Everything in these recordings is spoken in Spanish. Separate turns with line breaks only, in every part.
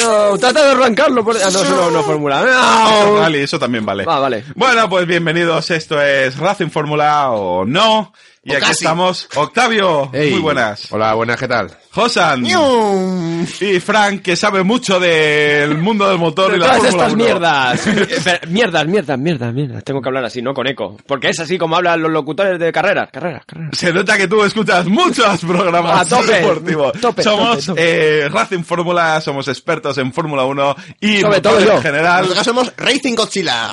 No, trata de arrancarlo por... Ah, no, eso no, no fórmula. No.
Vale, eso también vale.
Ah, vale.
Bueno, pues bienvenidos. Esto es Racing Fórmula o no. Y aquí estamos Octavio.
Hey.
Muy buenas.
Hola, buenas, ¿qué tal?
Josan. Y Frank, que sabe mucho del mundo del motor y la
Todas
Fórmula
estas
1.
mierdas. Espera, mierdas, mierdas, mierdas, mierdas. Tengo que hablar así, no con eco. Porque es así como hablan los locutores de carreras, carreras, carreras.
Se nota que tú escuchas muchos programas
A tope,
deportivos.
tope,
somos
tope,
eh, Racing Fórmula, somos expertos en Fórmula 1 y
Sobre todo
motores
yo.
en general.
Nosotros somos Racing Godzilla.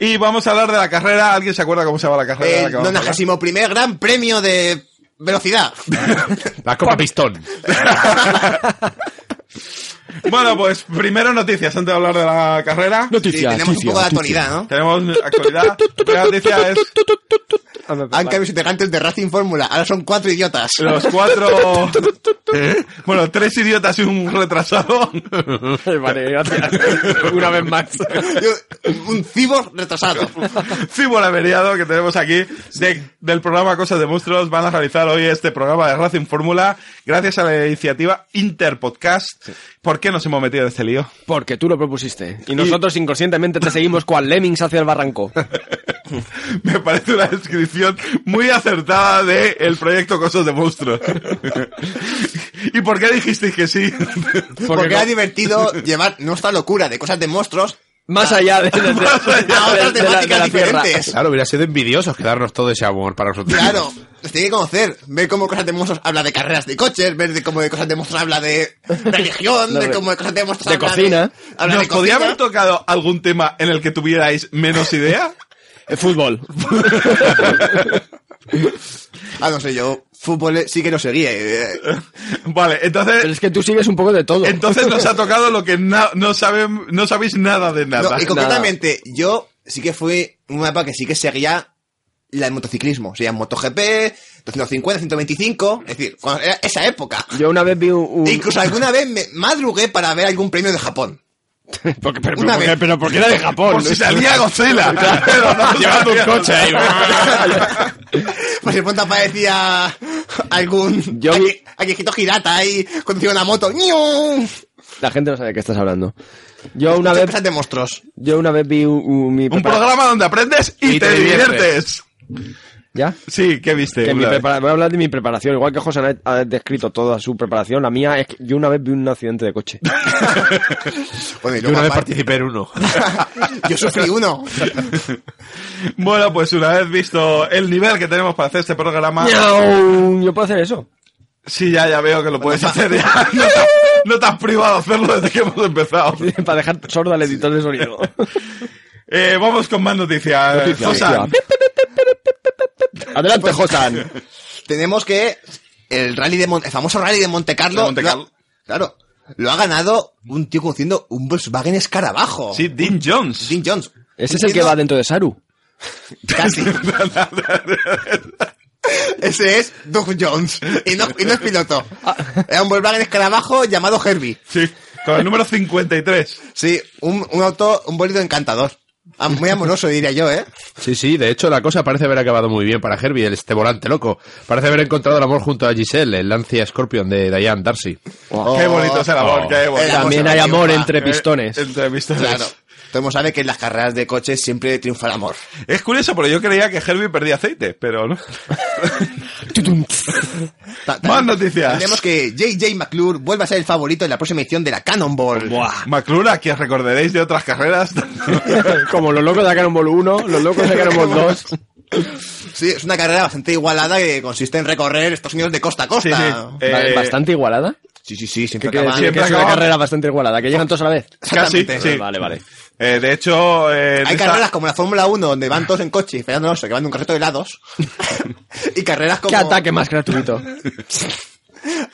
Y vamos a hablar de la carrera. ¿Alguien se acuerda cómo se llama la carrera?
Eh,
de la
eh, El
que vamos a hablar?
91 primer gran premio de velocidad.
La Copa Pistón.
Bueno, pues primero noticias antes de hablar de la carrera.
Sí, tenemos un poco de actualidad, ¿no?
Tenemos actualidad. La noticia es
Han cambiado los integrantes de Racing Fórmula. Ahora son cuatro idiotas.
los cuatro... Bueno, tres idiotas y un retrasado.
Vale, gracias. Una vez más.
Un cibor retrasado.
Cibor averiado que tenemos aquí de- del programa Cosas de Monstruos. Van a realizar hoy este programa de Racing Fórmula gracias a la iniciativa Interpodcast. ¿Por qué nos hemos metido en este lío?
Porque tú lo propusiste. Y nosotros inconscientemente te seguimos cual lemmings hacia el barranco.
Me parece una descripción muy acertada de el proyecto Cosas de Monstruos. ¿Y por qué dijisteis que sí?
Porque, era divertido llevar nuestra locura de cosas de monstruos
Más allá de, de- de-
a otras
de la- de
temáticas
la tierra.
diferentes.
Claro, hubiera sido envidiosos quedarnos todo ese amor para nosotros.
Claro, los tiene que conocer. Ver cómo cosas de monstruos habla de carreras de coches, ver de cómo de cosas de monstruos habla de religión, de cómo de cosas de monstruos
de
habla
cocina.
De, habla
¿Nos
de cocina.
podía haber tocado algún tema en el que tuvierais menos idea?
Eh, Fútbol.
Ah, no sé, yo fútbol eh, sí que lo seguía. eh,
Vale,
Pero
entonces,
es que tú sigues un poco de todo.
entonces nos ha tocado lo que na- no, saben, no sabéis nada de
No,
nada.
y concretamente, yo sí que fui un mapa que sí que seguía la del motociclismo. O sea, MotoGP, 250, 125. Es decir, cuando era esa época.
Yo una vez vi un... un-
E incluso alguna vez me madrugué para ver algún premio de Japón.
Porque- pero,
Una
porque-
vez.
pero porque era de Japón.
Por si salía Godzilla. Pero no
Llevando un
sabía.
coche ahí.
Pues de pronto aparecía algún...
Yo vi-
aquí- Akihito Hirata ahí, conduciendo una moto. ¡Niu!
La gente no sabe de qué estás hablando. Yo una
Muchas
vez,
cosas de monstruos.
yo una vez vi un, un- mi
Un
prepara-
programa donde aprendes y,
Y
te,
te
diviertes.
¿Ya?
Sí, ¿qué viste?
Que mi
Una vez.
prepara- Voy a hablar de mi preparación. Igual que José Ana ha descrito toda su preparación, la mía es que yo una vez vi un accidente de coche.
Bueno, y luego
Yo una
aparte-
vez participé en uno.
Yo sufrí uno.
Bueno, pues una vez visto el nivel que tenemos para hacer este programa,
¡Miau! ¿Yo puedo hacer eso?
sí, ya, ya veo que lo puedes hacer. ya. No, te, no te has privado de hacerlo desde que hemos empezado.
Para dejar sordo al editor de sonido.
Eh, vamos con más noticias. Josan.
Pues,
Adelante, Josan.
Pues, Tenemos que el rally de Mon- el famoso rally de Monte Carlo.
De Monte
lo ha-
Carlo.
claro, lo ha ganado un tío conduciendo un Volkswagen Escarabajo.
Sí, Dean Jones.
Dean Jones.
Ese es el que va dentro de Saru.
Casi. Ese es Doug Jones. Y no, y no es piloto.
Ah.
Era un Volkswagen Escarabajo llamado Herbie.
Sí, con el número 53.
Sí, un, un auto, un bólido encantador. Ah, Muy amoroso, diría yo, ¿eh?
Sí, sí, de hecho la cosa parece haber acabado muy bien para Herbie, el este volante loco. Parece haber encontrado el amor junto a Giselle, el Lancia Scorpion de Diane Darcy.
qué bonito es el amor,
oh.
qué bonito.
Era
También
cosa
hay amor
triunfa.
entre pistones.
Eh, entre pistones.
Oh, Claro. Todo el mundo sabe que en las carreras de coches siempre triunfa el amor.
Es curioso, pero yo creía que Herbie perdía aceite, pero no.
Ta-
Más noticias.
Tenemos que JJ McClure vuelve a ser el favorito en la próxima edición de la Cannonball.
McClure, a quien recordaréis de otras carreras.
Como los locos de Cannonball 1, los locos de Cannonball 2.
Sí, es una carrera bastante igualada que consiste en recorrer Estados Unidos de costa a
Sí, sí.
costa.
Eh,
Vale, Bastante igualada.
Sí, sí, sí,
¿Qué
siempre
quiere
acaban.
decir? Que es una
acaban-
carrera bastante igualada, que llegan todos a la vez.
Casi,
Exactamente.
sí.
Vale, vale.
Eh, de hecho, eh, en
Hay
esta-
carreras como la Fórmula 1 donde van todos en coche esperando que van de un carrito de helados. y carreras como...
¿Qué ataque más gratuito?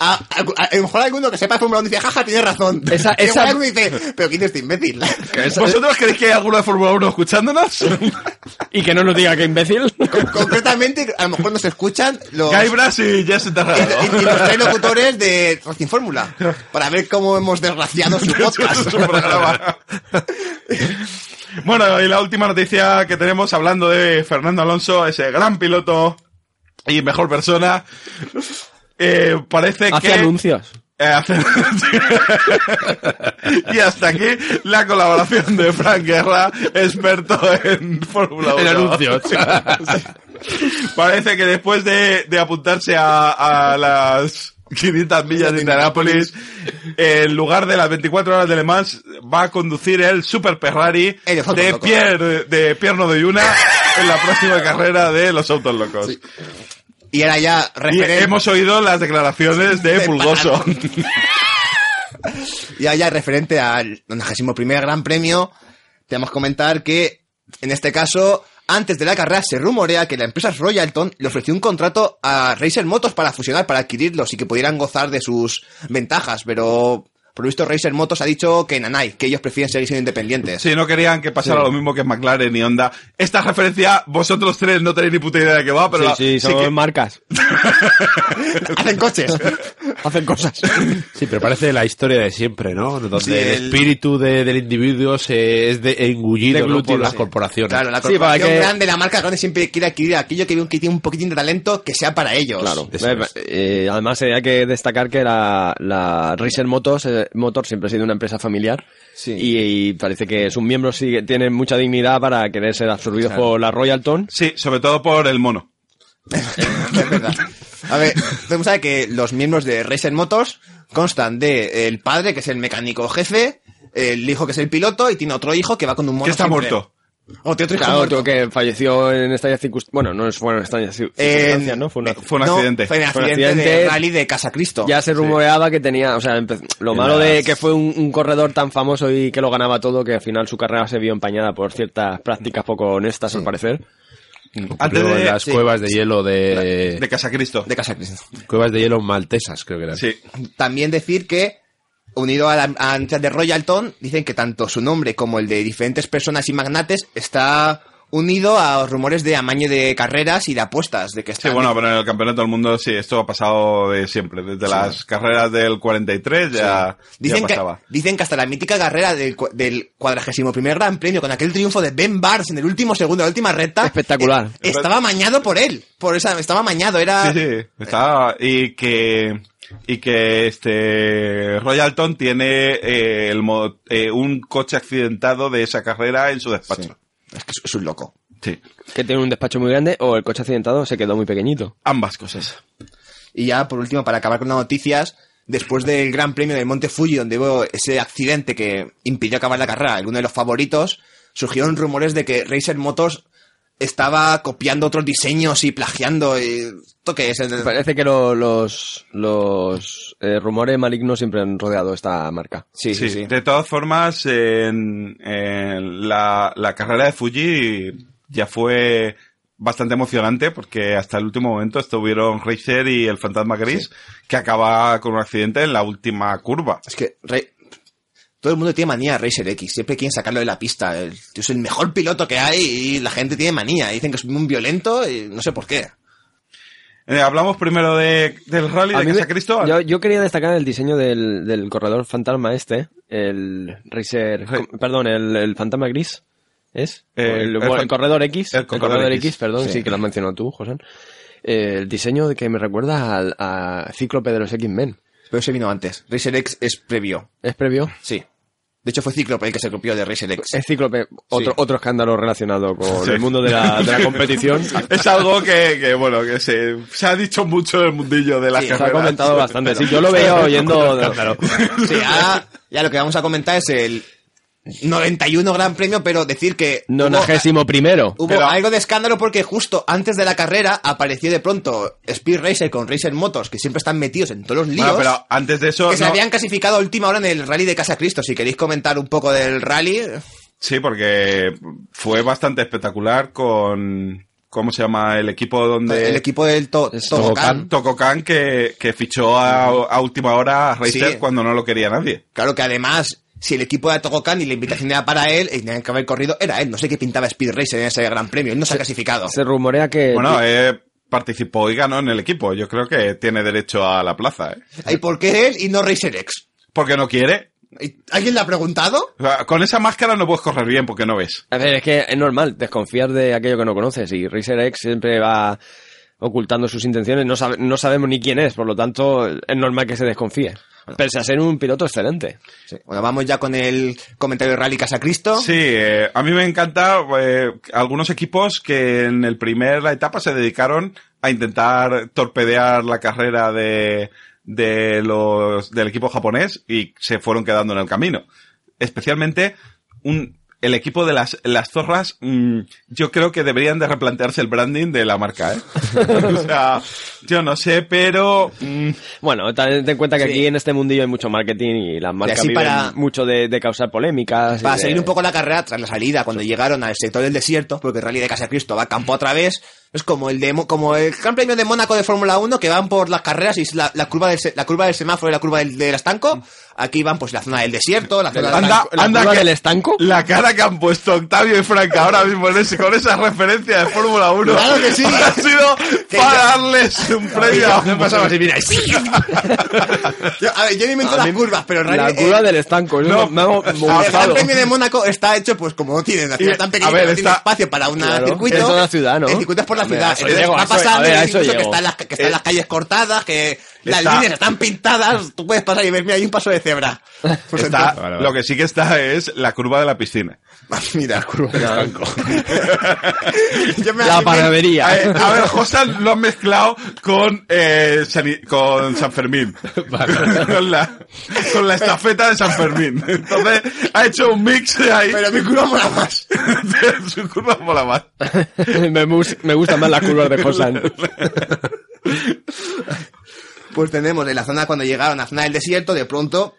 A, a- a- a lo mejor alguno que sepa de Fórmula 1 dice, jaja, tienes razón.
Esa-
Y igual
esa-
alguno dice, pero ¿quién es este imbécil? Pues,
¿Vosotros creéis que hay alguno de Fórmula 1 escuchándonos?
Y que no nos diga que imbécil.
Concretamente, a lo mejor nos escuchan los...
Guy Brass y Jess Enterrado.
y, y los tres locutores de Racing Fórmula para ver cómo hemos desgraciado su podcast.
Su programa. bueno, y la última noticia que tenemos hablando de Fernando Alonso, ese gran piloto y mejor persona. eh, parece
Hace
que
anuncios.
Eh, hace- y hasta aquí la colaboración de Frank Guerra, experto en Fórmula 1.
En anuncios.
Parece que después de, de apuntarse a, a las 500 millas de Indianápolis, en lugar de las 24 horas de Le Mans, va a conducir el Super Ferrari
El de Fórmula
de,
Loco.
Pierre, de Pierno de Yuna en la próxima carrera de los autos locos.
Y era ya
Y
referente,
hemos oído las declaraciones de
De
Fulgoso.
y era ya referente al 91 Gran Premio. Tenemos que comentar que, en este caso, antes de la carrera se rumorea que la empresa Royalton le ofreció un contrato a Racer Motos para fusionar, para adquirirlos y que pudieran gozar de sus ventajas, pero por lo visto Racer Motos ha dicho que nanay, que ellos prefieren seguir siendo independientes.
Sí, no querían que pasara lo mismo que McLaren y Honda. Esta referencia, vosotros tres no tenéis ni puta idea de qué va, pero la-
sí, sí,
sí
son
que-
marcas.
Hacen coches.
Hacen cosas.
Sí, pero parece la historia de siempre, ¿no? Donde
Sí,
el,
el-
espíritu de- del individuo se eh, es de, engullido ¿no?
Deglutido,
por las
sí.
corporaciones.
Claro, la
Sí,
corporación
para que-
grande, la marca grande siempre quiere adquirir aquello que ve un- que tiene un poquitín de talento que sea para ellos.
Claro.
Eso
Eh,
es.
eh, además, eh, hay que destacar que la, la Racer Motors, eh, Motor siempre ha sido una empresa familiar.
Sí.
Y, y parece que sus miembros sí, que tienen mucha dignidad para querer ser absorbidos por la Royalton.
Sí, sobre todo por el mono.
Es verdad. A ver, tenemos saber que los miembros de Racing Motors constan de eh, el padre, que es el mecánico jefe, el hijo que es el piloto, y tiene otro hijo que va con un mono.
que está
siempre.
muerto.
O tiene otro hijo Eh,
Claro,
muerto.
otro que falleció en esta circunstancia. Bueno, no es- fue en esta circunstancia,
En-
¿no? Fue una-
Fue un
No,
accidente.
Fue un
Fue un
accidente, de
accidente.
rally de Casa Cristo.
Ya se rumoreaba que tenía, o sea, empe- lo
En
malo de
las-
que fue un, un corredor tan famoso y que lo ganaba todo, que al final su carrera se vio empañada por ciertas prácticas poco honestas, al parecer.
Antes
Creo en
de,
las cuevas de hielo de,
de Casacristo.
De Casa Cristo.
cuevas de hielo maltesas, creo que eran.
Sí.
También decir que, unido a la a la de Royalton, dicen que tanto su nombre como el de diferentes personas y magnates está unido a rumores de amaño de carreras y de apuestas. De que
Sí,
está
bueno, pero en el campeonato del mundo sí, esto ha pasado de siempre. Desde las carreras del 43 ya, ya
Dicen que,
pasaba.
dicen que hasta la mítica carrera del, cua- del cuadragésimo primer Gran Premio, con aquel triunfo de Ben Barnes en el último segundo, la última recta.
Espectacular.
eh, estaba amañado por él. Por esa, estaba amañado, era.
Sí, sí, está, y que, y que este, Royalton tiene eh, el, mo- eh, un coche accidentado de esa carrera en su despacho.
Es que es- es un loco.
Sí,
Que tiene un despacho muy grande o el coche accidentado se quedó muy pequeñito.
ambas cosas.
Y ya, por último, para acabar con las noticias, después del Gran Premio del Monte Fuji, donde hubo ese accidente que impidió acabar la carrera, alguno de los favoritos, surgieron rumores de que Racer Motors estaba copiando otros diseños y plagiando. eh, Y... ¿Esto qué es? El-
Parece que lo- los, los eh, rumores malignos siempre han rodeado esta marca.
Sí, sí, sí.
De todas formas, en, en la, la carrera de Fuji ya fue bastante emocionante porque hasta el último momento estuvieron Racer y el fantasma gris que acaba con un accidente en la última curva.
Es que Ra- todo el mundo tiene manía a Racer X, siempre quieren sacarlo de la pista. El tío es el mejor piloto que hay y la gente tiene manía. Dicen que es un violento y no sé por qué.
Eh, hablamos primero de, del rally
A
de
mí me-
Casa Cristóbal.
Yo, yo quería destacar el diseño del, del corredor fantasma este, el Racer,
Re-
com- perdón, el, el fantasma gris, ¿es?
Eh,
el,
el
bueno, el
fan-
corredor X,
el
el,
corredor
corredor,
X,
X, perdón,
sí.
sí. que lo has mencionado tú, José. Eh, el diseño de que me recuerda al a Cíclope de los X-Men.
Pero ese vino antes. Racer X es previo.
¿Es previo?
Sí. De hecho, fue Cíclope el que se copió de Racer X.
Es Cíclope, otro,
Sí.
otro escándalo relacionado con
Sí.
el mundo de la, de la competición.
Es algo que, que, bueno, que se, se ha dicho mucho en el mundillo de la
Sí, se ha
Se ha
carrera.
comentado bastante. Sí, yo lo veía oyendo.
Sí, ahora ya lo que vamos a comentar es el 91 Gran Premio, pero decir que hubo,
Nonagésimo primero.
hubo
Pero-
algo de escándalo porque justo antes de la carrera apareció de pronto Speed Racer con Racer Motors, que siempre están metidos en todos los líos.
Bueno, pero antes de eso...
que se
no-
habían clasificado a última hora en el rally de Casa Cristo. Si queréis comentar un poco del rally,
Sí, porque fue bastante espectacular con... ¿Cómo se llama? El equipo donde...
el equipo del to
Es
Togokan,
Tococan que, que fichó a, a última hora a Racer
Sí.
cuando no lo quería nadie.
Claro que además, si el equipo de Togokan y la invitación era para él, y tenían que haber corrido, era él. No sé qué pintaba Speed Racer en ese gran premio. Él no se ha clasificado.
Se rumorea que.
Bueno, eh, participó y ganó en el equipo. Yo creo que tiene derecho a la plaza, ¿eh?
¿Y por qué él y no Racer X?
Porque no quiere.
¿Y- ¿Alguien le ha preguntado?
O sea, Con esa máscara no puedes correr bien porque no ves.
A ver, es que es normal desconfiar de aquello que no conoces y Racer X siempre va ocultando sus intenciones, no, sabe- no sabemos ni quién es, por lo tanto es normal que se desconfíe. Pese a ser un piloto excelente.
Bueno, vamos ya con el comentario de Rally Casa Cristo.
Sí, eh, a mí me encanta eh, algunos equipos que en el primer la etapa se dedicaron a intentar torpedear la carrera de, de los del equipo japonés y se fueron quedando en el camino. Especialmente un el equipo de las, las zorras, mm, yo creo que deberían de replantearse el branding de la marca, ¿eh? o sea, yo no sé, pero mm,
Bueno, ten en cuenta que
Sí.
aquí en este mundillo hay mucho marketing y las marcas
así
viven
para-
mucho de, de causar polémicas. y
Para
de-
seguir un poco la carrera tras la salida, cuando llegaron al sector del desierto, porque el rally de Casa Cristo va a campo otra vez, es como el de, Mo- como el Gran Premio de Mónaco de Fórmula 1, que van por las carreras y es la, la curva, del, se- la curva del semáforo y la curva del, del estanco. Aquí van pues la zona del desierto, la zona del
Mm. anda,
estanco.
¿La
anda
curva
que-
del estanco?
La cara que han puesto Octavio y Franca ahora mismo en ese- con esa referencia de Fórmula 1.
Claro que sí.
Ha sido
Que
para
yo-
darles un premio.
Me pasaba así, mira, y sí. Yo- a ver, yo me invento las curvas, pero el rally,
La
eh,
curva del estanco, eso
no,
me ha- me ha
el Gran
gustado.
Premio de Mónaco está hecho, pues como no tiene una ciudad
Y-
tan
a
pequeña,
ver,
no tiene
está-
espacio para un
claro.
circuito.
Es toda ciudad, ¿no?
El circuito es por la
Hombre,
ciudad.
a eso
Entonces,
llego,
va
a eso- a
pasando,
ver, a
y
eso
incluso que
llego.
están las, que están
Eh,
las calles cortadas, que las
está-
líneas están pintadas, tú puedes pasar y ver, mira, hay un paso de cebra. Pues
Está-
entonces-
Lo que sí que está es la curva de la piscina.
mira, yo me
La
animé-
panadería.
Eh, a ver, José lo han mezclado con, eh, San, con San Fermín. con, la, con la estafeta de San Fermín. Entonces, ha hecho un mix ahí.
Pero mi curva mola más.
Su curva mola más.
me, mus- me gustan más las curvas de Hosan.
Pues tenemos en la zona, cuando llegaron a la zona del desierto, de pronto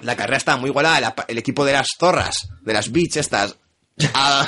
la carrera estaba muy igualada. la pa- el equipo de las zorras, de las beach estas, a-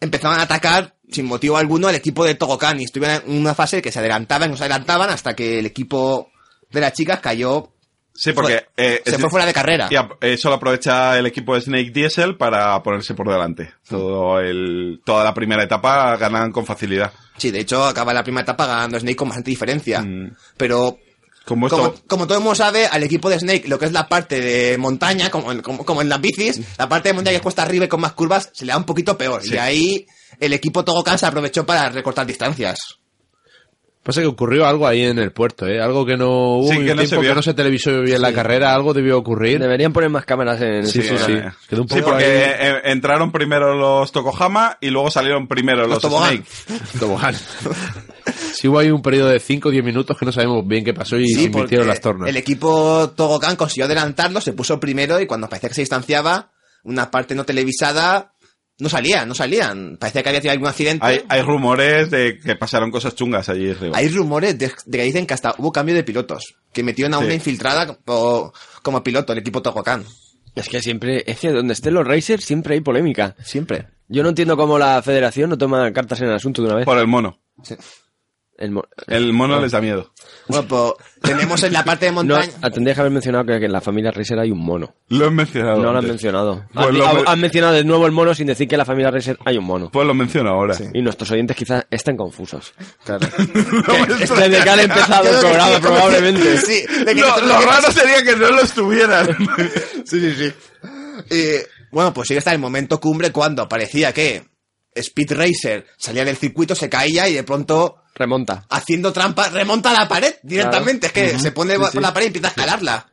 empezaban a atacar sin motivo alguno al equipo de Togokan. Y estuvieron en una fase que se adelantaban, nos adelantaban hasta que el equipo de las chicas cayó.
Sí, porque... eh,
fue- se fue fuera de carrera.
Y ap- eso lo aprovecha el equipo de Snake Diesel para ponerse por delante. Todo el, toda la primera etapa ganan con facilidad.
Sí, de hecho, acaba la primera etapa ganando Snake con bastante diferencia.
Mm.
Pero
Como esto,
Como, como todo el mundo sabe, al equipo de Snake, lo que es la parte de montaña, como en, como, como en las bicis, la parte de montaña que es cuesta arriba y con más curvas, se le da un poquito peor.
Sí.
Y ahí el equipo Togokan se aprovechó para recortar distancias.
Pasa que ocurrió algo ahí en el puerto, ¿eh? Algo que no hubo
Sí,
un
que no se
tiempo
vio.
que no se televisó bien la carrera, algo debió ocurrir.
Deberían poner más cámaras en
Sí,
ese
sí, sí.
programa.
eh,
Quedó un
sí,
poco
porque
ahí-
eh, entraron primero los Tokohama y luego salieron primero los,
tobogán.
Snake.
Tobogán. Sí hubo ahí un periodo de 5 o 10 minutos que no sabemos bien qué pasó y se
porque
invirtieron las tornas.
El equipo Togokan consiguió adelantarlo, se puso primero y cuando parecía que se distanciaba, una parte no televisada no salía, no salían. Parecía que había tenido algún accidente.
Hay,
Hay,
hay rumores de que pasaron cosas chungas allí arriba.
rumores de, de que dicen que hasta hubo cambio de pilotos, que metieron a
Sí.
una infiltrada como, como piloto el equipo Togokan.
Es que siempre, es que donde estén los racers siempre hay polémica.
Siempre.
Yo no entiendo cómo la federación no toma cartas en el asunto de una vez.
Por el mono.
El mo-
El mono les da miedo.
Bueno, pues tenemos en la parte de
no,
montaña.
ah, tendrías que haber mencionado que, que en la familia Racer hay un mono.
Lo he mencionado.
No lo han
antes.
mencionado.
Pues
Han-
lo-
han, han mencionado de nuevo el mono sin decir que en la familia Racer hay un mono.
Pues lo menciono ahora.
Y nuestros oyentes quizás estén confusos.
Lo
Desde que han empezado el
Creo que
programa,
sí,
probablemente.
Sí, de que
Lo,
nosotros
lo
que
raro sería que no lo estuvieran.
Sí, sí, sí. Eh, bueno, pues sí que está el momento cumbre cuando parecía que Speed Racer salía del circuito, se caía y de pronto,
Remonta.
haciendo trampa, remonta a la pared directamente. Es que se pone
Sí, sí.
por la pared y empieza a escalarla.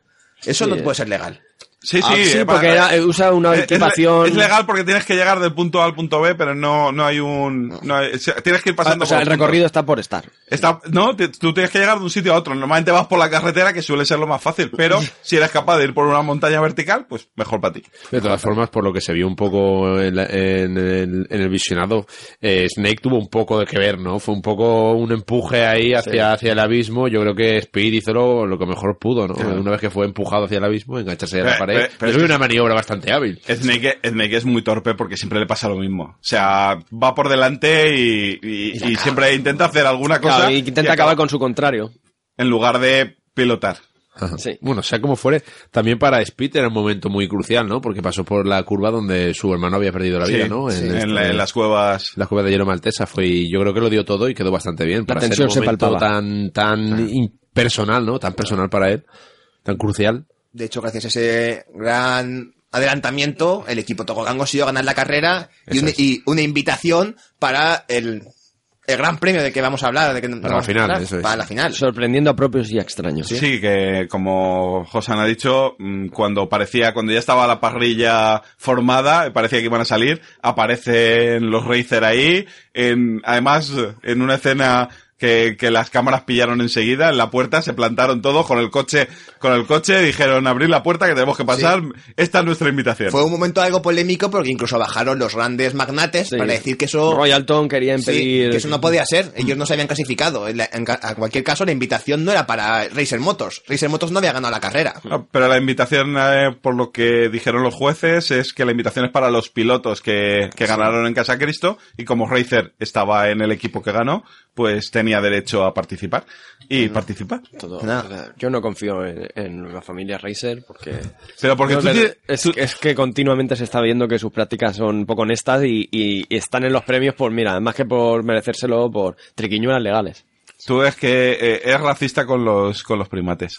Eso
Sí,
no
eh.
puede ser legal.
Sí, sí.
Ah, sí,
eh,
porque
va-
era- eh, usa una
es- es le-
equipación-
Es, legal porque tienes que llegar del punto A al punto B, pero no, no hay un... no hay- o sea, tienes que ir
Ah,
pasando
o sea,
por
el
los puntos.
recorrido está por estar.
Está- no, te- tú tienes que llegar de un sitio a otro. Normalmente vas por la carretera, que suele ser lo más fácil, pero si eres capaz de ir por una montaña vertical, pues mejor para ti.
De todas formas, por lo que se vio un poco en, la- en el, en el visionado, eh, Snake tuvo un poco de que ver, ¿no? Fue un poco un empuje ahí hacia, hacia el abismo. Yo creo que Speed hizo lo, lo que mejor pudo, ¿no? Una vez que fue empujado hacia el abismo, engancharse a la
Pero- pero-
pared. Yo
pero
creo
es
que
que-
una maniobra bastante hábil.
Snake, Snake es muy torpe porque siempre le pasa lo mismo. O sea, va por delante y, y- y siempre intenta hacer alguna cosa.
Claro, y intenta acabar con su contrario.
En lugar de pilotar.
Ajá.
Sí.
Bueno, sea como fuere, también para Speed era un momento muy crucial, ¿no? Porque pasó por la curva donde su hermano había perdido la vida,
Sí,
¿no?
sí. En,
este-
la- en las cuevas.
la cueva de hielo maltesa fue y yo creo que lo dio todo y quedó bastante bien para ser
tensión
un
se
momento
palpaba.
tan tan impersonal no tan personal para él tan crucial
De hecho, gracias a ese gran adelantamiento, el equipo Togokan consiguió ganar la carrera y,
Eso
una-
es.
y una invitación para el, el gran premio de que vamos a hablar. De que
la final, eso es.
Para la final.
Sorprendiendo a propios y a extraños.
¿Sí? que como Josan ha dicho, mm, cuando parecía, cuando ya estaba la parrilla formada, eh, parecía que iban a salir, aparecen los Racer ahí, en, además, eh, en una escena que, que las cámaras pillaron enseguida, en la puerta se plantaron todos con el coche, con el coche, dijeron abrir la puerta que tenemos que pasar, esta es nuestra invitación.
Fue un momento algo polémico porque incluso bajaron los grandes magnates
Sí.
para decir que eso,
Royalton quería
sí,
impedir...
que eso no podía ser. Ellos no se habían clasificado. En, la- en ca- a cualquier caso, la invitación no era para Racer Motors. Racer Motors no había ganado la carrera.
No, Ah, pero la invitación, eh, por lo que dijeron los jueces, es que la invitación es para los pilotos que, que ganaron en Casa Cristo y como Racer estaba en el equipo que ganó, pues tenía derecho a participar y participar.
Todo-
Nada.
Yo no confío en, en la familia Racer porque...
Pero porque
No,
tú
pero
tienes-
es, es que continuamente se está viendo que sus prácticas son poco honestas y, y- y están en los premios por, mira, más que por merecérselo, por triquiñuelas legales.
tú es que eh, es racista con los con los primates.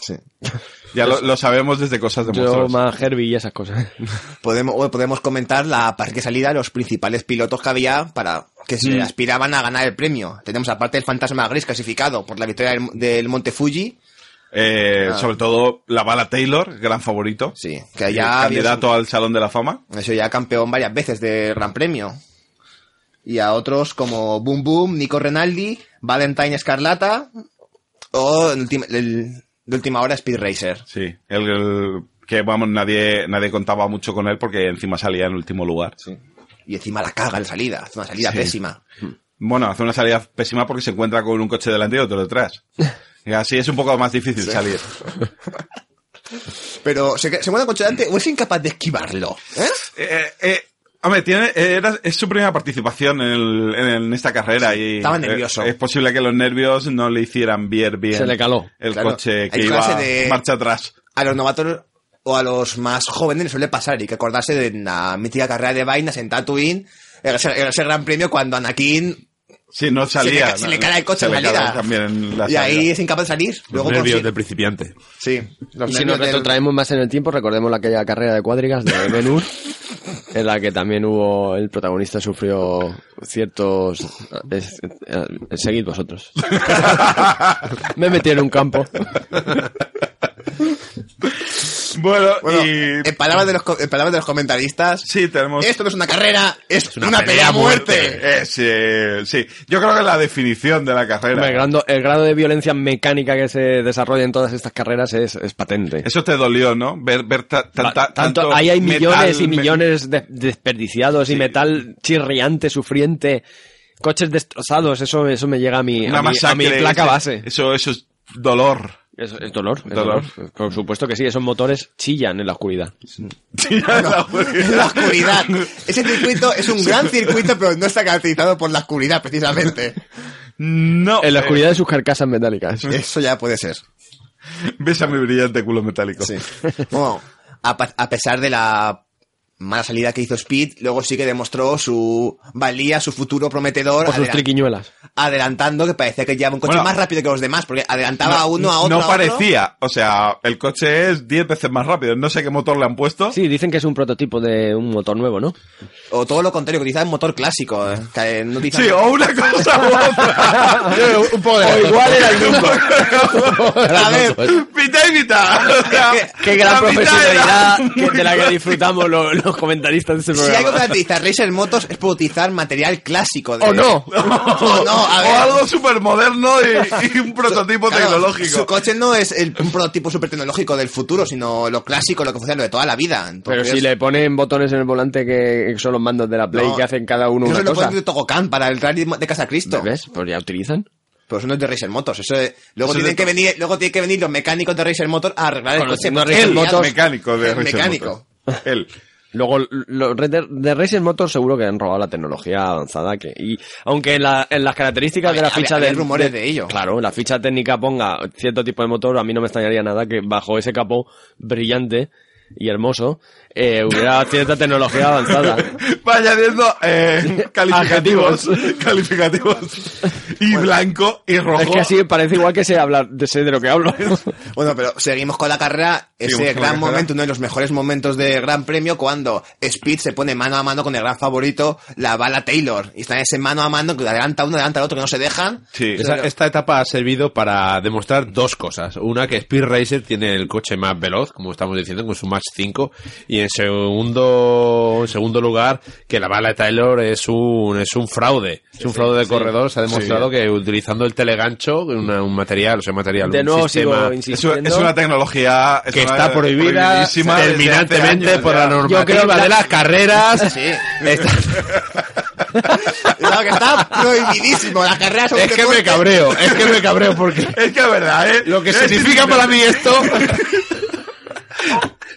Ya lo, lo sabemos desde cosas de
Yo
monstruos.
más Herbie y esas cosas.
Podemos, o podemos comentar la parte que salida de los principales pilotos que había para que se aspiraban a ganar el premio. Tenemos aparte el fantasma gris clasificado por la victoria del, del Monte Fuji.
Eh, Sobre todo la bala Taylor, gran favorito. Eh,
Ah. Sí, que ya había-
candidato al Salón de la Fama.
Eso ya campeón varias veces de Gran Premio. Y a otros como Boom Boom, Nico Renaldi, Valentine Escarlata o en ultim- el- de última hora Speed Racer.
Sí, el, el- que vamos, nadie, nadie contaba mucho con él porque encima salía en último lugar.
Y encima la caga en salida, es una salida pésima.
Bueno, hace una salida pésima porque se encuentra con un coche delante y otro detrás. Y así es un poco más difícil salir.
Pero se, que- se mueve con delante o es incapaz de esquivarlo. ¿eh?
Eh, eh, hombre, tiene, eh, era- es su primera participación en, el- en, el- en esta carrera y
estaba
eh,
nervioso.
es posible que los nervios no le hicieran bien, bien
Se le caló.
el
Claro.
coche que
Hay
iba
clase de-
marcha atrás.
A los novatos o a los más jóvenes les suele pasar y que acordarse de la mítica carrera de vainas en Tatooine, ese, ese gran premio cuando Anakin
Sí, no salía.
se le, se le cae el coche
Se
en
le caló
salida.
también en la
y ahí
salida.
es incapaz de salir. Luego
Los nervios
consigue-
del principiante
Sí. los
Y si nos
nervios del-
retrotraemos más en el tiempo, recordemos aquella carrera de cuadrigas de Ben Hur, en la que también hubo, el protagonista sufrió ciertos... es- eh, seguid vosotros. Me metí en un campo.
Bueno,
Bueno,
y...
en, palabras de los, co- en palabras de los comentaristas,
Sí, tenemos...
esto no es una carrera, es,
una
una,
pelea
pelea
a
a muerte.
Eh, sí, sí. Yo creo que es la definición de la carrera.
Hombre, El grado, el grado de violencia mecánica que se desarrolla en todas estas carreras es, es patente.
Eso te dolió, ¿no? Ver, ver ta- tanta-
Ta- tanto,
tanto
ahí hay millones
metal-
y millones de- desperdiciados y metal chirriante, sufriente, coches destrozados, eso, eso me llega a mi,
Una
a mi, a mi
masacre,
placa
ese-
base.
Eso, eso es dolor.
Es, es dolor, es
Dolor.
dolor. Por supuesto que sí, esos motores chillan en la oscuridad.
Sí, ya es la oscuridad.
En la oscuridad. Ese circuito es un gran circuito, pero no está caracterizado por la oscuridad, precisamente.
No.
En la
eh,
oscuridad de sus carcasas metálicas.
Eso ya puede ser.
Besa mi brillante culo metálico.
Sí. Bueno, a, pa- a pesar de la mala salida que hizo Speed, luego sí que demostró su valía, su futuro prometedor,
O sus
adela-
triquiñuelas.
adelantando que parecía que llevaba un coche
Bueno.
más rápido que los demás, porque adelantaba a Ah, uno, a otro.
No
a otro.
parecía. O sea, el coche es 10 veces más rápido. No sé qué motor le han puesto.
Sí, dicen que es un prototipo de un motor nuevo, ¿no?
O todo lo contrario, que utilizaba un motor clásico. eh, que, eh, no utilizaba-
Sí, o una cosa u otra.
un poco de- Eh,
A ver,
mitad y mitad. O sea,
Qué gran
la mitad
profesionalidad
era
que-
muy
de la que
buena.
disfrutamos lo- los, comentaristas de este
si algo que
programa.
caracteriza a Racer Motos es por utilizar material clásico. de-
¡O no!
O no, a ver.
O algo súper moderno y, y un prototipo
Claro, Su
tecnológico.
coche no es el- un prototipo super tecnológico del futuro, sino lo clásico, lo que funciona de toda la vida.
Pero
Entonces,
si le ponen botones en el volante que son los mandos de la Play
No.
que hacen cada uno
Eso
una
lo
cosa.
ponen de Togocan para el rally de Casa Cristo.
¿Ves? Pues ya utilizan.
Pero eso no es de Racer Motors. Eso es- luego,
Eso es
tienen
de
que
to-
venir, luego tienen que venir los mecánicos de Racer Motors a arreglar el coche.
Conociendo a
porque
Racer
el
Motors-
diablo-
mecánico de
el
Richard
mecánico.
Motors. Él.
Luego, los Red de, de Racing Motors seguro que han robado la tecnología avanzada que, y aunque en, la- en las características
Había-
de la
había-
ficha
había
del-
rumores de ello.
Claro, la ficha técnica ponga cierto tipo de motor, a mí no me extrañaría nada que bajo ese capó brillante y hermoso eh, hubiera cierta tecnología avanzada.
Va añadiendo eh, calificativos. calificativos. Y blanco y rojo.
Es que así parece igual que sé hablar, de sé de lo que hablo.
Bueno, pero seguimos con la carrera.
Seguimos
Ese
con la
gran
carrera.
momento, uno de los mejores momentos de Gran Premio, cuando Speed se pone mano a mano con el gran favorito, la bala Taylor. Y está en ese mano a mano que adelanta uno, adelanta al otro, que no se dejan.
Sí.
Esa- esta etapa ha servido para demostrar dos cosas. Una, que Speed Racer tiene el coche más veloz, como estamos diciendo, con su Mach 5. Y en segundo, en segundo lugar, que la bala de Taylor es un, es un fraude. Es un fraude de corredor. Se ha demostrado que utilizando el telegancho, una- un material, o sea, material,
De
un
nuevo
sistema
sigo
Es una,
insistiendo.
es una tecnología es
que
una-
está prohibida
prohibidísima desde hace
terminantemente
años
por
ya.
la normativa de las carreras.
Sí. Claro que está prohibidísimo. La carrera es un
Es que me
deporte.
cabreo, es que me cabreo porque
Es que es verdad, ¿eh?
lo que
Es
significa
increíble.
para mí esto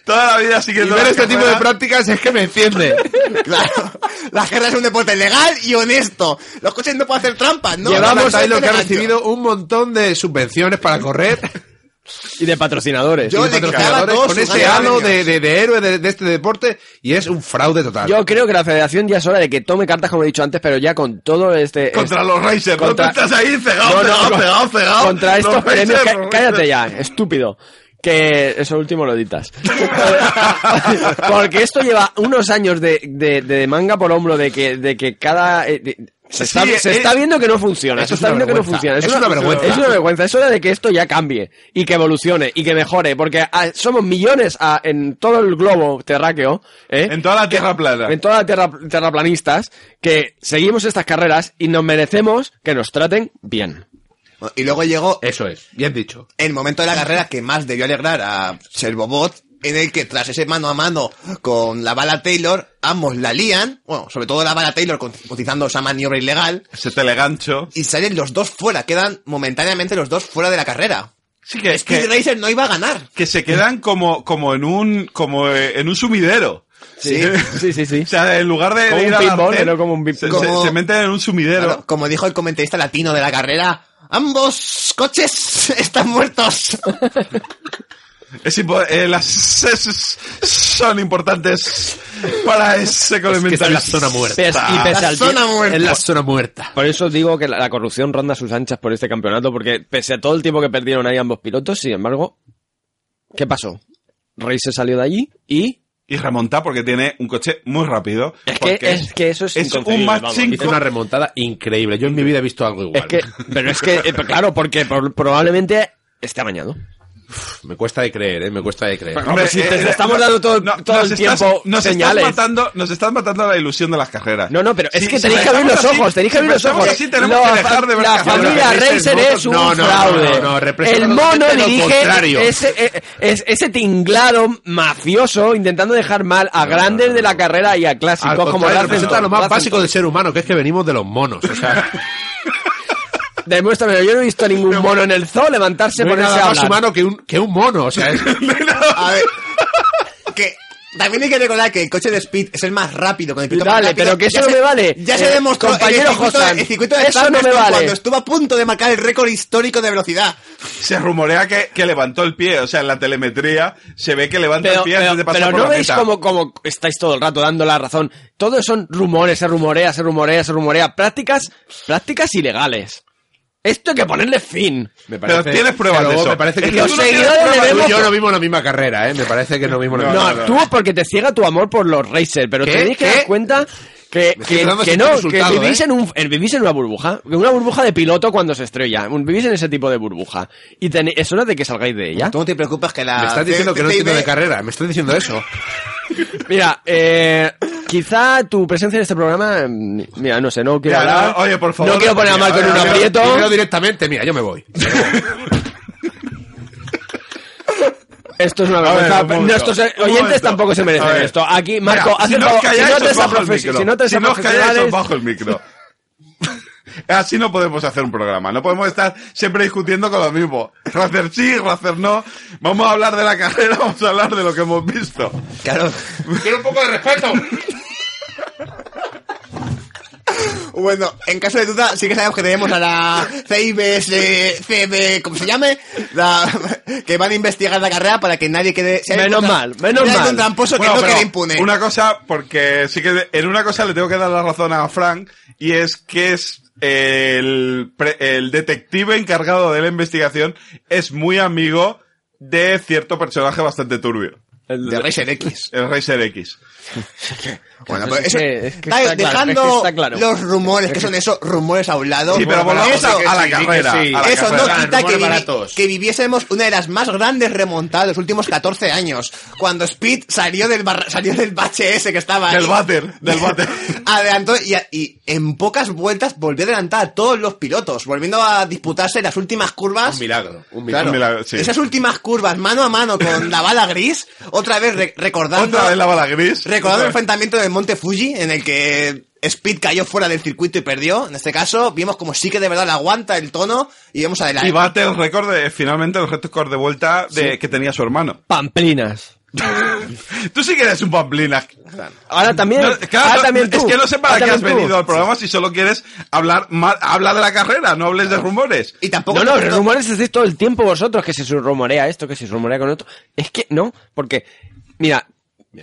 Toda la vida
y
siguiendo
ver
las
este tipo de
carreras.
prácticas es que me enciende.
Claro, la guerra es un deporte legal y honesto. Los coches no pueden hacer trampas, ¿no?
Llevamos
Ahora
ahí lo
está
que ha
el gancho.
recibido un montón de subvenciones para correr.
y de patrocinadores.
Yo
Y de
le
patrocinadores.
quitaba
Patrocinadores
todos
con
sus
ese
grandes
halo de,
premios.
de, de héroe de, de este deporte y es un fraude total.
Yo creo que la federación ya es hora de que tome cartas, como he dicho antes, pero ya con todo este...
Contra
este-
los Racers. No
contra-
te estás ahí
No,
cegado,
no,
cegado,
con-
cegado, cegado.
Contra
Los
estos
Racers,
premios... ca-
los
cállate
Racers.
ya, estúpido. Que eso último lo editas. Porque esto lleva unos años de, de, de manga por hombro de que, de que cada... eh, de- se,
Sí,
está, se
eh,
está viendo que no funciona,
eso
se
es
está
una
viendo que no funciona.
vergüenza, es una vergüenza.
Es una vergüenza, es hora de que esto ya cambie y que evolucione y que mejore, porque ah, somos millones ah, en todo el globo terráqueo. ¿eh?
En toda la tierra plana.
en todas las tierra, terraplanistas que seguimos estas carreras y nos merecemos que nos traten bien.
Y luego llegó
Eso es, bien dicho.
el momento de la carrera que más debió alegrar a Servobot, en el que tras ese mano a mano con la bala Taylor, ambos la lían, bueno, sobre todo la bala Taylor con- utilizando esa maniobra ilegal,
Ese telegancho.
y salen los dos fuera, quedan momentáneamente los dos fuera de la carrera.
Sí que es
Speed
que,
Racer no iba a ganar.
que se quedan como, como en un, como eh, en un sumidero.
Sí.
Sí, sí, sí.
O sea, en lugar de,
Como
de ir
un
a la
pinball,
arcén,
pero como un pin-
se,
como-
se- se meten en un sumidero.
Claro, como dijo el comentarista latino de la carrera, ambos coches están muertos.
Es impo- eh, las S son importantes para ese comentario.
está en la zona muerta.
Pes- y pese
La
al
zona
tie-
muerta.
En la zona muerta.
Por eso digo que la, la corrupción ronda sus anchas por este campeonato, porque pese a todo el tiempo que perdieron ahí ambos pilotos, sin embargo, ¿qué pasó? Rey se salió de allí y
y remonta porque tiene un coche muy rápido.
Es que-
porque
es que eso es
un
inconcebible,
Mach
vamos.
5.
Hizo una remontada increíble. Yo en mi vida he visto algo igual.
Es que, pero es que, eh, pero claro, porque por- probablemente esté amañado.
Me cuesta de creer, ¿eh? Me cuesta de creer.
Hombre, si te- te estamos dando todo- todo
eh, nos
el
estás-
tiempo
nos
señales.
Estás matando, nos estás matando la ilusión de las carreras.
No, no, pero es
Si-
que
si
tenéis que abrir los
pensamos así-
ojos, tenéis que
si
abrir los
pensamos
ojos.
así, tenemos
La
que
fa-
dejar de ver
la
carreras.
familia
Pero que veis el
Racer
voto-
es un
no, no, no,
fraude.
no, no, representa
el mono
totalmente lo
dirige
contrario.
ese, eh, es- ese tinglado mafioso intentando dejar mal a grandes de la carrera y a
Al
clásicos como
contrario,
Racing.
representa lo más básico del ser humano, que es que venimos de los monos. O sea,
Demuéstramelo, yo no he visto a ningún mono en el zoo levantarse
no
por
hay
ese
nada más
hablar.
humano que un, que un mono. O sea, es-
A ver. que también hay que recordar que el coche de Speed es el más rápido con el circuito más
Dale,
rápido.
pero que eso
Ya
no
se-
me vale.
Ya se
Eh,
demostró en
compañero
el circuito, de-
Hosan,
el circuito de
eso no me
Silverstone
vale.
cuando estuvo a punto de marcar el récord histórico de velocidad.
Se rumorea que, que levantó el pie, o sea, en la telemetría se ve que levanta el
Pero,
pie antes de
pero,
pasar
pero
por
no
la
veis
meta.
como, como estáis todo el rato dando la razón. Todos son rumores, se rumorea, se rumorea, se rumorea. Prácticas, prácticas ilegales. Esto hay que ponerle fin.
me
Pero tienes pruebas
pero
de eso.
Me parece
Es
que
que
tú
los
no tienes
seguidores
pruebas
le
de-
y
vemos-
yo no vimos la misma carrera, ¿eh? Me parece que no vimos la
No,
misma
No,
carrera.
tú porque te ciega tu amor por los racers, pero
¿Qué?
tenéis que
¿Qué?
dar cuenta que,
estoy
que-
quedando
que
sin
no, que
resultado,
vivís,
¿eh?
en un, en- vivís en una burbuja, una burbuja de piloto cuando se estrella, un- vivís en ese tipo de burbuja. Y tené- es hora de que salgáis de ella.
Tú no te preocupes que la.
Me estás diciendo que no
CCTV
entiendo de carrera, me estás diciendo eso.
Mira, eh, quizá tu presencia en este programa, mm, mira, no sé, no quiero
Mira,
hablar,
no, oye, por favor,
no quiero poner a
mira,
Marco en
oye,
un
oye,
aprieto.
Primero directamente, mira, yo me voy.
Esto es una
ver,
vergüenza.
un momento,
Pues, Nuestros
un
oyentes
momento.
tampoco se merecen
A ver.
esto. Aquí, Marco,
Mira,
haz
si
el
no os
favor,
calláis,
si no
os
te
bajo el
desaprofes-
micro.
si no te
Si no os calláis, os
desaprofesionales-
bajo el micro. Así no podemos hacer un programa. No podemos estar siempre discutiendo con lo mismo. Racer sí, Racer no. Vamos a hablar de la carrera, vamos a hablar de lo que hemos visto.
Claro.
Quiero un poco de respeto.
Bueno, en caso de duda, sí que sabemos que tenemos a la CIBS, CB, como se llame, la, que van a investigar la carrera para que nadie quede. si hay
Menos
algún tra-
mal, menos
si hay
mal.
algún tramposo
Bueno,
que no
pero
quede impune.
Una cosa, porque sí que en una cosa le tengo que dar la razón a Frank, y es que es el, pre- el detective encargado de la investigación es muy amigo de cierto personaje bastante turbio.
De Racer X.
El Racer X.
Bueno, pues
Es
eso.
que- es que
Dale,
está claro,
dejando
es que está claro.
los rumores, que son esos rumores a un lado.
Sí, pero volvamos
eso,
a, a la
sí, di que
carrera.
sí.
a la
eso
carrera.
no quita que,
rumores
vivi-
baratos.
que viviésemos una de las más grandes remontadas de los últimos 14 años. Cuando Speed salió del, barra- salió del bache ese que estaba ahí.
Del váter, del váter.
Adelantó y, a- y en pocas vueltas volvió a adelantar a todos los pilotos, volviendo a disputarse las últimas curvas.
Un milagro,
Claro,
un milagro.
Un milagro, sí.
Esas últimas curvas mano a mano con la bala gris, otra vez re- recordando,
Otra vez la bala gris.
recordando el
Otra vez.
enfrentamiento del Monte Fuji en el que Speed cayó fuera del circuito y perdió. En este caso, vimos como sí que de verdad le aguanta el tono y vemos adelante.
Y bate el récord de, finalmente el récord de vuelta de, que tenía su hermano.
Pamplinas.
Tú sí que eres un pamplina.
Ahora también,
No, claro,
Ah,
ahora también tú.
es que no sé para
ahora
qué has
también tú.
venido al programa si solo quieres hablar mal, habla de la carrera, no hables de rumores.
Y tampoco.
No, no, los
pero-
rumores decís todo el tiempo vosotros que se rumorea esto, que se rumorea con otro. Es que no, porque, mira,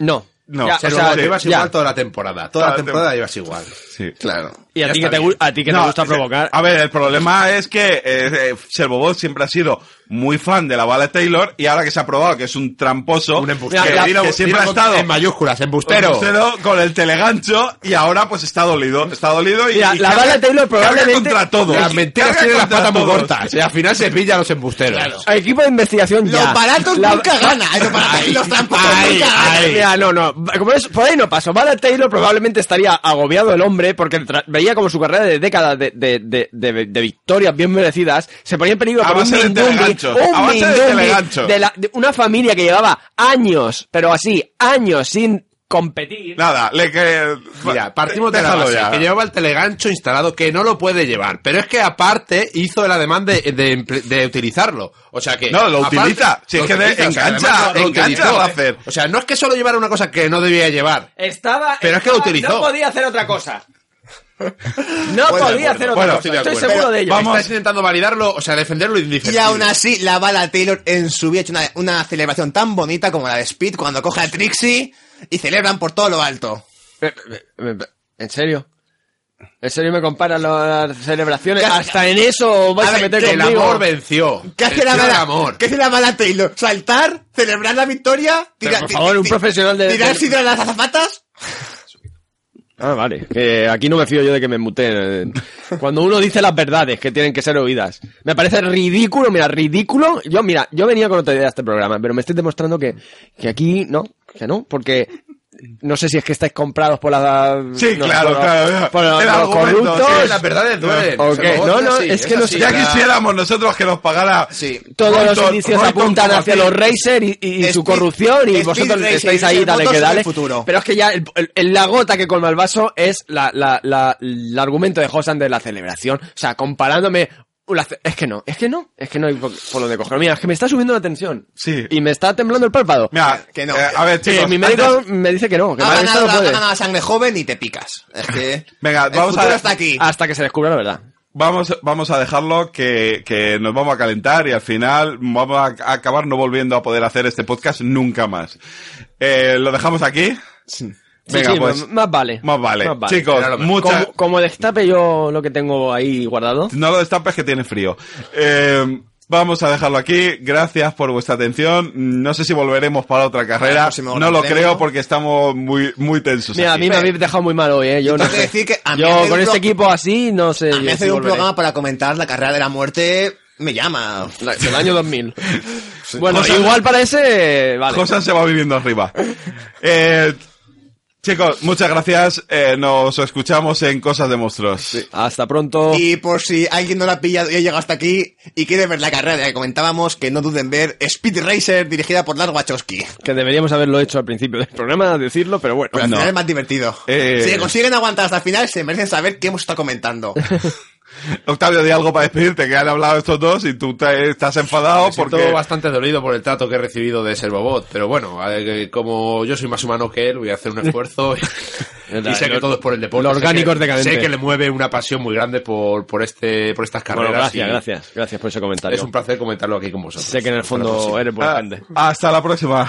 no.
No,
Ya,
se
o
Pero
sea,
bueno, llevas
ya.
igual toda la temporada. Toda
Toda
la
la
temporada llevas igual.
Sí.
Claro.
Y a
Ya
ti que,
está
te,
bien.
gu- a ti que
No,
te gusta
es que,
provocar.
A ver, el problema es que eh, eh, Servobot siempre ha sido muy fan de la bala Taylor y ahora que se ha probado que es un tramposo,
Un
embustero.
que,
Mira,
que
mira,
siempre ha estado
En mayúsculas,
Pero,
embustero.
con el telegancho y ahora pues está dolido, está dolido y,
Mira,
y
la
carga-
bala Taylor
carga
probablemente-
contra todos.
Las mentiras
Carga
tienen las
contra
patas muy
todos.
cortas. Y al final se pilla a los embusteros.
Equipo de investigación ya.
Los baratos
La-
nunca ganan. Los baratos y los tramposos
ay,
nunca ganan.
ay.
Mira, no, no. Como es- por ahí no paso. Bala Taylor probablemente estaría agobiado el hombre porque tra- veía como su carrera de décadas de, de, de, de- de victorias bien merecidas se ponía en peligro
A
por un
base de
mindumbi.
telegancho. A
Un
base de
mindumbi
telegancho.
de, la- de una familia que llevaba años, pero así, años sin competir.
Nada, le que
Mira, partimos de la
Déjalo
base,
ya.
que llevaba el telegancho instalado, que no lo puede llevar. Pero es que aparte hizo la demanda de, de emple- de utilizarlo. O sea que...
No, lo
aparte-
utiliza. Si es
lo
que de-
utiliza, o sea,
engancha,
además lo- lo
engancha
utilizó,
a
¿eh?
hacer.
O sea, no es que solo llevara una cosa que no debía llevar.
Estaba.
Pero es que lo
estaba-
utilizó.
No podía hacer otra cosa. No podía
Bueno, bueno,
hacer otra
bueno,
cosa.
estoy de
Estoy
acuerdo.
seguro
Pero
de ello.
vamos-
Estás intentando validarlo, o sea, defenderlo
Y
indefendible.
aún así, la bala Taylor en su vida ha hecho una, una celebración tan bonita como la de Speed cuando coge a Trixie y celebran por todo lo alto.
¿En serio? Eso ni me compara las celebraciones. Hasta en eso vas a,
A ver,
meter
el
conmigo.
amor venció.
¿Qué hace, la
Venció el
mala,
amor.
¿Qué hace la mala Taylor? ¿Saltar? ¿Celebrar la victoria?
Pero, por favor, un
ti-
profesional de- de-
¿Tirar sidra a las azafatas?
Ah, vale. Que aquí no me fío yo de que me muteen. Cuando uno dice las verdades que tienen que ser oídas. Me parece ridículo, mira, ridículo. Yo, mira, yo venía con otra idea a este programa, pero me estoy demostrando que, que aquí no, que no, porque no sé si es que estáis comprados por la...
Sí,
no,
claro,
por los-
claro.
Por los,
El
los
argumento,
corruptos.
sí,
Las verdades duelen.
Ok,
Se lo
no,
voy a
no,
decir,
es que no sé-
Ya
así, la-
quisiéramos nosotros que nos pagara.
Sí.
Todos los
Royton-
indicios
Royton
apuntan
como
hacia
así.
los Racer y, y su
Speed-
corrupción y
Speed
vosotros
Racer,
estáis ahí,
Racer
dale
Motos
que
en
dale.
el futuro.
Pero es que ya el- el- el- la gota que colma el vaso es la, la- la- el argumento de Hosan de la celebración. O sea, comparándome... la ce- es que no, es que no, es que no hay por, por lo de coger. Mira, es que me está subiendo la tensión.
Sí.
Y me está temblando el párpado.
Mira,
Que no.
eh, a ver,
Sí,
chicos.
mi médico
antes-
me dice que no, que
Ha
para esto
ganado,
no
ha
puede.
ganado la sangre joven y te picas. Es que...
Venga,
el
vamos a-
futuro está aquí.
Hasta que se descubra la verdad.
Vamos, vamos a dejarlo que, que nos vamos a calentar y al final vamos a acabar no volviendo a poder hacer este podcast nunca más. Eh, lo dejamos aquí.
Sí,
Venga,
sí,
pues.
más vale.
Más vale. Chicos,
Era lo mejor.
muchas-
Como, como destape yo lo que tengo ahí guardado.
No lo destapes que tiene frío. Eh, vamos a dejarlo aquí. Gracias por vuestra atención. No sé si volveremos para otra carrera.
Al próximo
No lo
Gran Premio.
creo porque estamos muy, muy tensos.
Mira, a
aquí.
mí me habéis dejado muy mal hoy, ¿eh? Yo
Yo
no
tengo que
sé.
decir que a mí
Yo
hacer
con
un
este
pro-
equipo así, no sé.
A mí
yo
hacer
sí
un
volveré.
programa para comentar la carrera de la muerte me llama.
La- Del año 2000. Bueno,
Cosa-
igual para ese, vale.
Josan se va viniendo arriba. Eh, chicos, muchas gracias. Eh, nos escuchamos en Cosas de Monstruos.
Hasta pronto.
Y por si alguien no la ha pillado y ha llegado hasta aquí y quiere ver la carrera de la que comentábamos, que no duden en ver Speed Racer dirigida por Lars Wachowski.
Que deberíamos haberlo hecho al principio del programa, decirlo, pero bueno.
Pero al
No.
final es más divertido.
Eh.
Si consiguen aguantar hasta el final, se merecen saber qué hemos estado comentando.
Octavio, di algo para despedirte, que han hablado estos dos y tú te- estás enfadado
Me siento
porque...
bastante dolido por el trato que he recibido de Servobot, pero bueno, a ver, que como yo soy más humano que él, voy a hacer un esfuerzo y, y sé que todo es por el deporte.
Lo
sé
orgánico
que-
es decadente.
Sé que le mueve una pasión muy grande por, por este por estas carreras.
Bueno, gracias,
y
gracias. Gracias por ese comentario.
Es un placer comentarlo aquí con vosotros.
Sé que en el fondo eres buena
Ah,
gente.
hasta la próxima.